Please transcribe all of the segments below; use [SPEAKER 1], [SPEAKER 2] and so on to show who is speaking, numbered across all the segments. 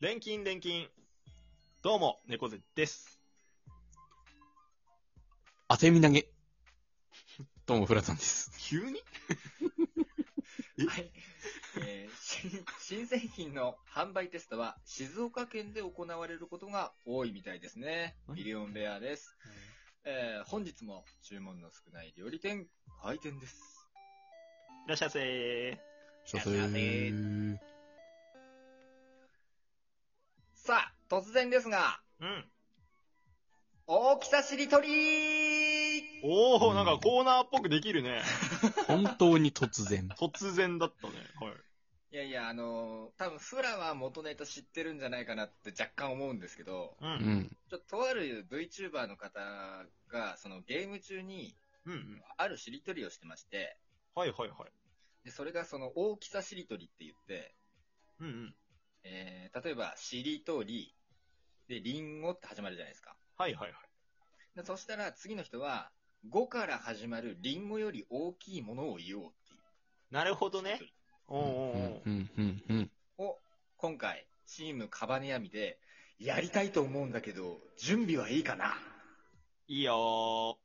[SPEAKER 1] 錬金錬金。どうも、猫背です。
[SPEAKER 2] 当て身投げ。どうも、フラさんです。
[SPEAKER 1] 急に
[SPEAKER 3] はい。えー新、新製品の販売テストは静岡県で行われることが多いみたいですね。
[SPEAKER 1] 何
[SPEAKER 3] ミリオンレアです。えー本日も注文の少ない料理店、開店です。
[SPEAKER 1] いらっしゃいませー。
[SPEAKER 2] 所
[SPEAKER 3] いらっしゃいさあ、突然ですが、
[SPEAKER 1] うん。
[SPEAKER 3] 大きさしりとり
[SPEAKER 1] おー、
[SPEAKER 2] うん
[SPEAKER 1] なんかコーナーっぽくできる ね。
[SPEAKER 2] 本当に突然。
[SPEAKER 1] 突然だったね。はい。
[SPEAKER 3] いやいや、あのー多分フラは元ネタ知ってるんじゃないかなって若干思うんですけど、
[SPEAKER 1] う。
[SPEAKER 2] うんん。
[SPEAKER 3] ちょっととある VTuber の方が、そのゲーム中に、
[SPEAKER 1] うんうん。
[SPEAKER 3] あるしりとりをしてまして、
[SPEAKER 1] はいはいはい。
[SPEAKER 3] で、それがその大きさしりとりって言って、
[SPEAKER 1] うんうん。
[SPEAKER 3] えー、例えば、しりとり、で、りんごって始まるじゃないですか。
[SPEAKER 1] はいはいはい。
[SPEAKER 3] でそしたら次の人は、5から始まるりんごより大きいものを言おうっていう。
[SPEAKER 1] なるほどね。おーおーお
[SPEAKER 2] う
[SPEAKER 1] ー。
[SPEAKER 2] ん、うん、うん。
[SPEAKER 3] を、今回、チームカバネヤミで、やりたいと思うんだけど、準備はいいかない
[SPEAKER 1] いよ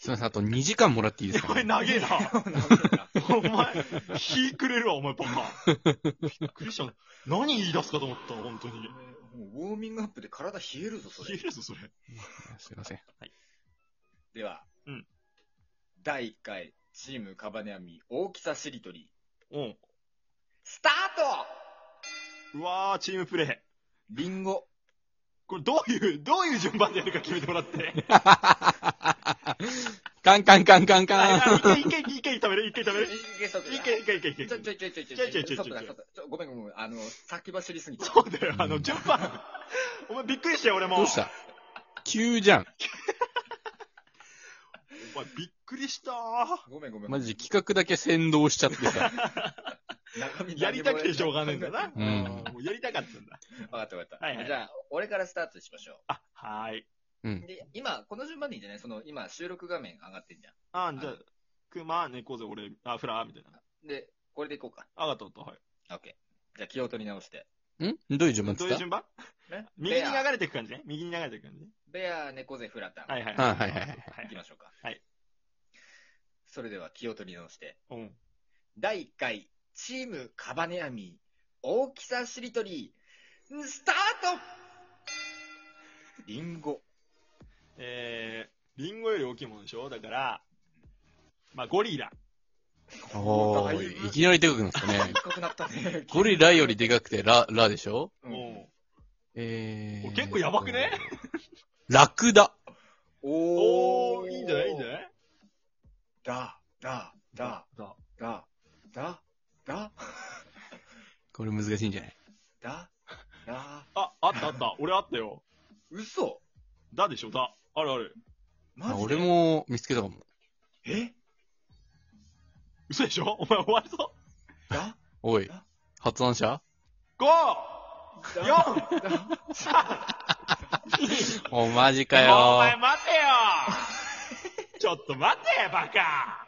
[SPEAKER 2] すみません、あと2時間もらっていい
[SPEAKER 1] ー。
[SPEAKER 2] です
[SPEAKER 1] や
[SPEAKER 2] か、
[SPEAKER 1] ばい、
[SPEAKER 2] ね、
[SPEAKER 1] 長え な。お前、火くれるわ、お前、 バカ。びっくりした。何言い出すかと思った、本当に。
[SPEAKER 3] もうウォーミングアップで体冷えるぞ、そ
[SPEAKER 1] 冷え
[SPEAKER 3] れ。
[SPEAKER 1] るぞ、それ。
[SPEAKER 2] すいません。
[SPEAKER 3] では、
[SPEAKER 1] うん
[SPEAKER 3] 第1回、チームカバネヤミ大きさしりとり、
[SPEAKER 1] うん。
[SPEAKER 3] スタート
[SPEAKER 1] うわー、チームプレイ。
[SPEAKER 3] りんご。
[SPEAKER 1] これ、どういう、どういう順番でやるか決めてもらって。
[SPEAKER 2] カンカンカンカンカン。
[SPEAKER 1] ああいけいけいけいけ、食べる、いけ食べる。
[SPEAKER 3] い
[SPEAKER 1] いけいけいけいけ。
[SPEAKER 3] ちょちょちょちょちょちょちょちょちょごめんごめん。あの、先走りすぎて。
[SPEAKER 1] そうだよ、あの、順番。お前びっくりしたよ、俺も。
[SPEAKER 2] どうした急じゃん。
[SPEAKER 1] お前びっくりしたー。
[SPEAKER 3] ごめんごめん。
[SPEAKER 2] マジで企画だけ先導しちゃってさ。
[SPEAKER 3] 中身
[SPEAKER 1] やりたくてしょうがねえんだな。
[SPEAKER 2] うん
[SPEAKER 1] もうやりたかったんだ。
[SPEAKER 3] わかったわかった。じゃあ、俺からスタートしましょ
[SPEAKER 1] あ、はーい。
[SPEAKER 3] う。で、今、この順番でいいんじゃないその、今、収録画面上がってんじゃ
[SPEAKER 1] あ、じゃあ、熊、猫背、俺、あ、フラー、みたいな。
[SPEAKER 3] ん。で、これでいこうか。
[SPEAKER 1] あがとうと、はい。
[SPEAKER 3] オッケー。じゃあ、気を取り直して。
[SPEAKER 2] んどういう順番っ
[SPEAKER 1] ど
[SPEAKER 2] つ
[SPEAKER 1] ういう
[SPEAKER 2] った
[SPEAKER 1] 順番
[SPEAKER 3] ね。
[SPEAKER 1] 右に
[SPEAKER 3] ベ
[SPEAKER 1] 流
[SPEAKER 3] ア、
[SPEAKER 1] れていく感じね。右に流れていく感じね。
[SPEAKER 3] ベア、猫背、フラタン。
[SPEAKER 1] はいはい。
[SPEAKER 2] あはいはいはい
[SPEAKER 3] 行きましょうか。
[SPEAKER 1] はい。
[SPEAKER 3] それでは、気を取り直して。
[SPEAKER 1] うん。
[SPEAKER 3] 第1回、チームカバネアミ、大きさしりとり、スタートリンゴ。
[SPEAKER 1] えー、リンゴより大きいものでしょだから、まあ、ゴリラ。
[SPEAKER 2] お
[SPEAKER 3] だい
[SPEAKER 2] ー、
[SPEAKER 3] ぶ
[SPEAKER 2] いきなりでかくなった
[SPEAKER 3] でっ
[SPEAKER 2] ね。
[SPEAKER 3] かくなった ね。
[SPEAKER 2] ゴリラよりでかくて、ラ、ラでしょ
[SPEAKER 3] うん
[SPEAKER 1] おう
[SPEAKER 2] えー。
[SPEAKER 1] 結構やばくね
[SPEAKER 2] ラクダ。
[SPEAKER 3] お
[SPEAKER 1] おー、いいんじゃないいいんじゃない
[SPEAKER 3] だ、だ、だ、
[SPEAKER 1] だ。
[SPEAKER 3] だ、だ、だ、
[SPEAKER 2] これ難しいんじゃない
[SPEAKER 3] だ、だ、
[SPEAKER 1] あ、あったあった。俺あったよ。
[SPEAKER 3] 嘘
[SPEAKER 1] だでしょだ。あるある。
[SPEAKER 3] マジ
[SPEAKER 2] あ
[SPEAKER 3] で
[SPEAKER 2] 俺。も見つけたかも。
[SPEAKER 3] え
[SPEAKER 1] 嘘でしょお前終わるぞ。
[SPEAKER 3] だ、
[SPEAKER 2] おい、発案者
[SPEAKER 1] 5!
[SPEAKER 3] だ、
[SPEAKER 1] よ
[SPEAKER 3] だ、
[SPEAKER 2] お、マジか
[SPEAKER 1] お前
[SPEAKER 2] よ
[SPEAKER 1] 待てよ ちょっと待てバカ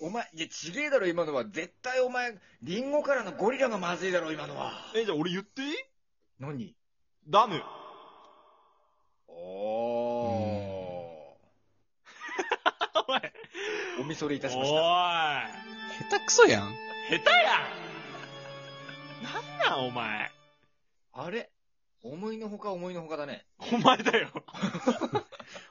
[SPEAKER 3] お前、いや、ちげえだろ、今のは。絶対お前、リンゴからのゴリラがまずいだろ、今のは。
[SPEAKER 1] え、じゃあ俺言っていい
[SPEAKER 3] 何
[SPEAKER 1] ダム。
[SPEAKER 3] お
[SPEAKER 1] お前。
[SPEAKER 3] ー。お見それい
[SPEAKER 1] お
[SPEAKER 3] た
[SPEAKER 1] い。
[SPEAKER 3] しました。
[SPEAKER 1] 下
[SPEAKER 2] 下手くそやん。
[SPEAKER 1] 手やんなんなんお前。
[SPEAKER 3] あれ思いのほか思いのほかだね。
[SPEAKER 1] お前だよ。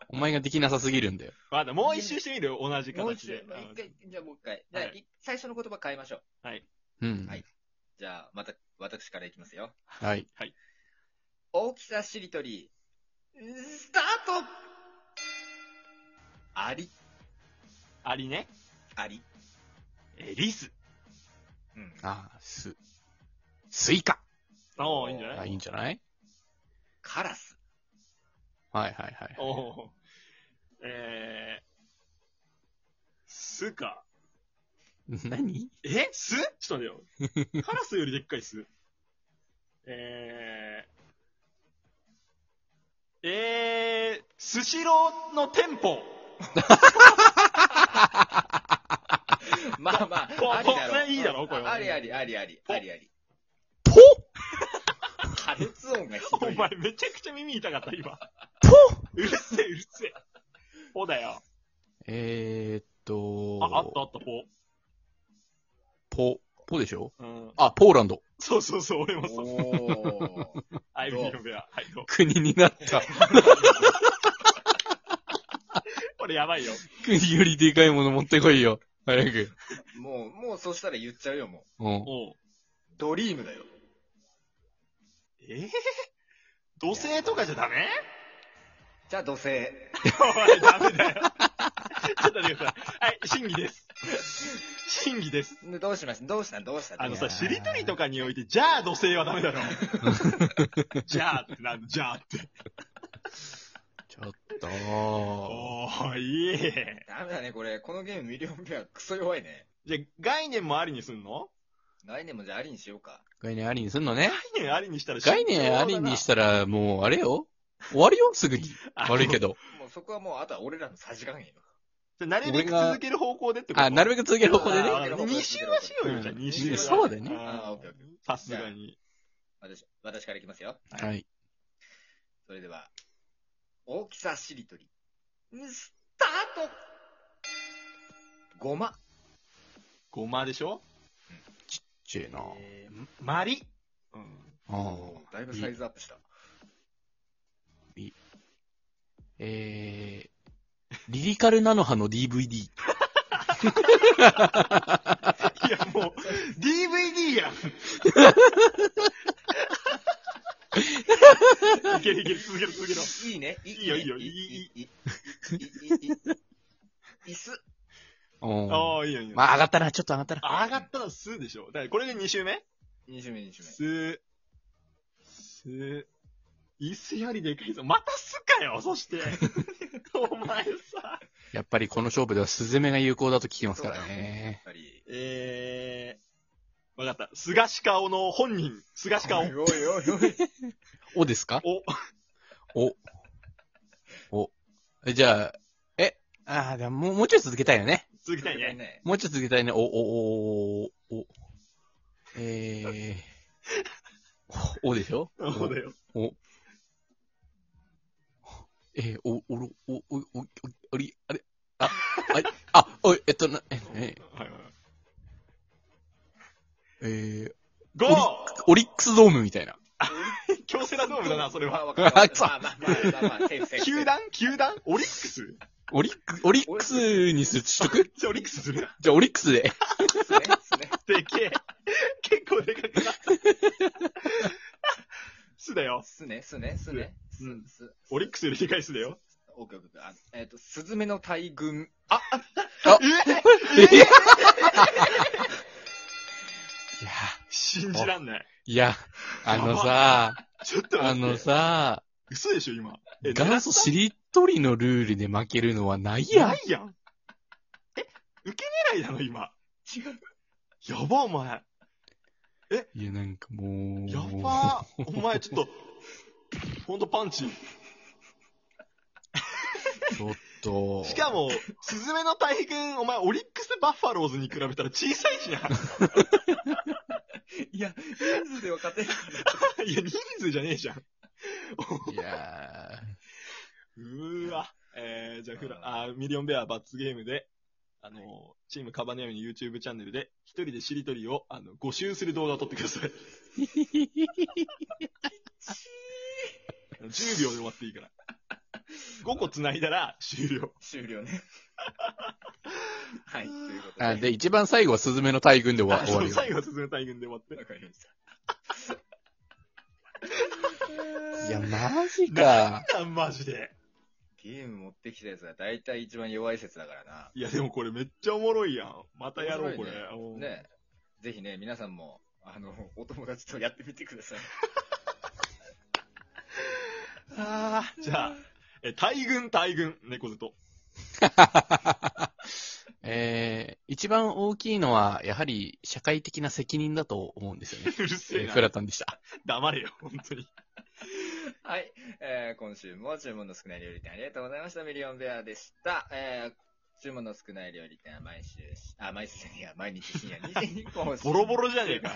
[SPEAKER 2] お前ができなさすぎるんだよ。
[SPEAKER 1] まだもう一周してみるよ、同じ
[SPEAKER 3] もう一
[SPEAKER 1] 形
[SPEAKER 3] 度
[SPEAKER 1] で。
[SPEAKER 3] もう一回、じゃあもう一回。じゃあ、
[SPEAKER 1] はい
[SPEAKER 3] い最初の言葉変えましょう。
[SPEAKER 2] うん。
[SPEAKER 3] はいじゃあ、また、私からいきますよ。
[SPEAKER 2] はい。
[SPEAKER 3] 大きさしりとり、スタートアリ、
[SPEAKER 1] アリね。
[SPEAKER 3] アリ。
[SPEAKER 1] え、リス。
[SPEAKER 3] うん。
[SPEAKER 2] あ、す、スイカ。
[SPEAKER 1] おー、いいんじゃない
[SPEAKER 2] あ、いいんじゃない
[SPEAKER 3] カラス、
[SPEAKER 2] はいはいはい。
[SPEAKER 1] おお。えー、すか。
[SPEAKER 2] 何
[SPEAKER 1] えすちょっと待てよ。カラスよりでっかいす。えー、えー、スシローの店舗。
[SPEAKER 3] まあまあ
[SPEAKER 1] ぽ、
[SPEAKER 3] ありだろ
[SPEAKER 1] ぽ。いいだろこれ
[SPEAKER 3] あありありありあり、ありあり。
[SPEAKER 2] ぽ
[SPEAKER 3] 破裂音がひ
[SPEAKER 1] お
[SPEAKER 3] どい。
[SPEAKER 1] 前めちゃくちゃ耳痛かった、今。うるせえ、うるせえ。ポだよ。
[SPEAKER 2] えーっと、
[SPEAKER 1] あ、あったあった、ポ。
[SPEAKER 2] ポ、ポでしょ
[SPEAKER 1] うん。
[SPEAKER 2] あ、ポーランド。
[SPEAKER 1] そうそうそう、俺もそう。
[SPEAKER 3] おー。
[SPEAKER 1] アイビーのベア。はい、どう
[SPEAKER 2] 国に なった。
[SPEAKER 1] これやばいよ。
[SPEAKER 2] 国よりでかいもの持ってこいよ。早く。
[SPEAKER 3] もう、もうそしたら言っちゃうよ、も
[SPEAKER 2] うん。
[SPEAKER 1] おう
[SPEAKER 3] う。ドリームだよ。
[SPEAKER 1] ええ土星とかじゃダメ
[SPEAKER 3] じゃあ、土
[SPEAKER 1] お
[SPEAKER 3] 星。
[SPEAKER 1] い、ダメだよ。ちょっと待ってください。はい、審議です。審議です。
[SPEAKER 3] でどうしましたどうしたどうした
[SPEAKER 1] あの
[SPEAKER 2] い
[SPEAKER 1] さ、
[SPEAKER 2] やー
[SPEAKER 1] しりとりとかにおいて、じゃあ土星はダ メだろ。じゃあってなん、じゃあって。
[SPEAKER 2] ちょっと、
[SPEAKER 1] おー、いい。
[SPEAKER 3] ダメだね、これ。このゲームミリオンペアクソ弱いね。
[SPEAKER 1] じゃあ、概念もありにすんの
[SPEAKER 3] 来年もじゃあありにしようか。
[SPEAKER 2] 概念ありにすんのね。
[SPEAKER 1] 概念ありにしたら
[SPEAKER 2] 概念ありにしたら、もう、あれよ。終わるよ、すぐに。
[SPEAKER 1] あ
[SPEAKER 2] 悪いけ
[SPEAKER 1] ど。
[SPEAKER 2] ど。
[SPEAKER 3] もうそこはもう、あとは俺らのさじ加減よ。
[SPEAKER 1] じゃあなるべく続ける方向でってこと
[SPEAKER 2] あ、なるべく続ける方向でね。
[SPEAKER 1] あー二周はしよう
[SPEAKER 2] う
[SPEAKER 1] よ、
[SPEAKER 2] ん
[SPEAKER 1] じゃあ
[SPEAKER 2] 二
[SPEAKER 1] 二
[SPEAKER 2] 周
[SPEAKER 1] 周は。
[SPEAKER 2] そうだよね
[SPEAKER 1] あ
[SPEAKER 3] あー
[SPEAKER 1] ー
[SPEAKER 3] オッケーオッケー。
[SPEAKER 1] さすがに。
[SPEAKER 3] 私、私からいきますよ。
[SPEAKER 2] はい。
[SPEAKER 3] それでは、大きさしりとり、スタートごま、
[SPEAKER 1] ごまでしょ
[SPEAKER 2] ちっちゃいな
[SPEAKER 1] えーまり。うん。
[SPEAKER 2] ああ。
[SPEAKER 3] だいぶサイズアップした。
[SPEAKER 2] えー、リリカルナノハの DVD。
[SPEAKER 1] いや、もう、DVD やん。いけるいける、続けろ続けろ。
[SPEAKER 3] いいね。い
[SPEAKER 1] いいよいいよ
[SPEAKER 3] い
[SPEAKER 1] い
[SPEAKER 3] い
[SPEAKER 1] い
[SPEAKER 3] い
[SPEAKER 1] い
[SPEAKER 3] いいいいい椅子。
[SPEAKER 2] うん
[SPEAKER 1] ああ、いいよいいよ。
[SPEAKER 2] まあ、上がったな、ちょっと上がったな。
[SPEAKER 1] あ、上がったのすでしょ。だからこれで2周目
[SPEAKER 3] 二周目二周
[SPEAKER 1] す、す、椅子よりでかいぞ。またすかよ、そして。お前さ。
[SPEAKER 2] やっぱりこの勝負ではスズメが有効だと聞きますからね。
[SPEAKER 3] 目。やっ
[SPEAKER 1] えー、わかった。菅氏顔の本人、菅氏
[SPEAKER 3] ぱ
[SPEAKER 1] 顔
[SPEAKER 3] り。。おいおいおい。
[SPEAKER 2] おですか
[SPEAKER 1] お、
[SPEAKER 2] お。お。えじゃあ、え、ああ、でももう、もうちょい続けたいよね。
[SPEAKER 1] 続きたいね。
[SPEAKER 3] ね。
[SPEAKER 2] もうちょい続けたいね。お、お、お、お、お。 えー、お、おでしょ
[SPEAKER 1] そうだよ。
[SPEAKER 2] お。えー、お、おろ、お、お、お、お、おり、あれ、あ、あ、あ、おい、えっと、な、え、え、
[SPEAKER 1] はいはい
[SPEAKER 2] えー、
[SPEAKER 1] ゴ
[SPEAKER 2] オリックスドームみたいな。
[SPEAKER 1] ー京セラドームだな、それは。
[SPEAKER 3] わかった。ま
[SPEAKER 2] あそう
[SPEAKER 3] あまあまあまあまあ、セーフセーフ。
[SPEAKER 1] 球団球団オリックス
[SPEAKER 2] オリック、オリックスにする、しと く
[SPEAKER 1] じゃあオリックスする
[SPEAKER 2] じゃあ、オリックスで。
[SPEAKER 3] ですね。ですね
[SPEAKER 1] でけえ。結構でかく なった。すだよ。
[SPEAKER 3] すね、すね、すね。す
[SPEAKER 1] うん
[SPEAKER 3] す
[SPEAKER 1] オリックスよりでかいすだよ。
[SPEAKER 3] オッケーオッケー。あえっと、スズメの大群。
[SPEAKER 2] いやいや
[SPEAKER 1] 信じらんない。
[SPEAKER 2] いや、あのさ、
[SPEAKER 1] ちょっと
[SPEAKER 2] あ
[SPEAKER 1] 待っ
[SPEAKER 2] の
[SPEAKER 1] て。
[SPEAKER 2] さ、
[SPEAKER 1] 嘘でしょ、今。え
[SPEAKER 2] 元祖しりとりのルールで負けるのはない
[SPEAKER 1] 狙っな
[SPEAKER 2] や
[SPEAKER 1] いやん。え、受け狙いなの、今。
[SPEAKER 3] 違う。
[SPEAKER 1] やば、お前。
[SPEAKER 2] ん。いや、なんかもう。
[SPEAKER 1] やば。お前、ちょっと、ほんとパンチ。
[SPEAKER 2] ちょっと。
[SPEAKER 1] しかも、スズメの大群、お前、オリックスバッファローズに比べたら小さいじゃん。
[SPEAKER 3] いや、人数では勝てない。
[SPEAKER 1] いや、人数じゃねえじゃん。
[SPEAKER 2] いや
[SPEAKER 1] うーわ。 えー、じゃあ、フラ、あーミリオンベア罰ゲームで、あのーチームカバネアミの YouTube チャンネルで、一人でしりとりを、あの、5周する動画を撮ってくだ さい。10秒で終わってい いから。5個繋いだら終了。
[SPEAKER 3] 終了ね。はい、ということ
[SPEAKER 2] ーあで、一番最後はスズメの大群で終わ
[SPEAKER 1] あ
[SPEAKER 2] 終
[SPEAKER 1] そ
[SPEAKER 2] わ
[SPEAKER 1] う
[SPEAKER 2] るよ。
[SPEAKER 1] 最後は進め大群で終わって。
[SPEAKER 3] わかりました。
[SPEAKER 2] いや、マジ
[SPEAKER 1] なん
[SPEAKER 2] か。
[SPEAKER 1] だ、マジで。
[SPEAKER 3] ゲーム持ってきたやつが大体一番弱い説だからない
[SPEAKER 1] や、でもこれめっちゃおもろいやん。またやろう、これ。お。ー
[SPEAKER 3] ねえぜひね、皆さんも、あの、お友達とやってみてください。
[SPEAKER 1] あーじゃあ、え、大群、大群、猫背 と。
[SPEAKER 2] えー、一番大きいのは、やはり社会的な責任だと思うんですよね。
[SPEAKER 1] うる
[SPEAKER 2] え
[SPEAKER 1] せえ
[SPEAKER 2] ーフ
[SPEAKER 1] な。
[SPEAKER 2] ラタンでした。
[SPEAKER 1] 黙れよ、本当に。
[SPEAKER 3] はい、えー今週も注文の少ない料理店ありがとうございました。ミリオンベアでした。えー注文の少ない料理店は毎週し、あ、毎週いや、毎日深夜2時に更新。
[SPEAKER 1] ボロボロじゃねえか。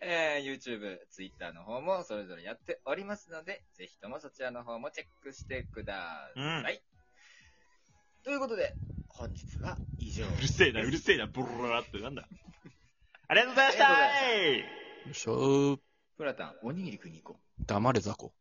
[SPEAKER 3] えー YouTube、Twitter の方もそれぞれやっておりますので、ぜひともそちらの方もチェックしてください。ということで、本日は以上。
[SPEAKER 1] うるせえな、うるせえな、ブラーってなんだ。ありがとうございました
[SPEAKER 3] あ
[SPEAKER 2] よっしゃー。
[SPEAKER 3] プラタン、おにぎり食いに行こう。
[SPEAKER 2] 黙れ、雑魚。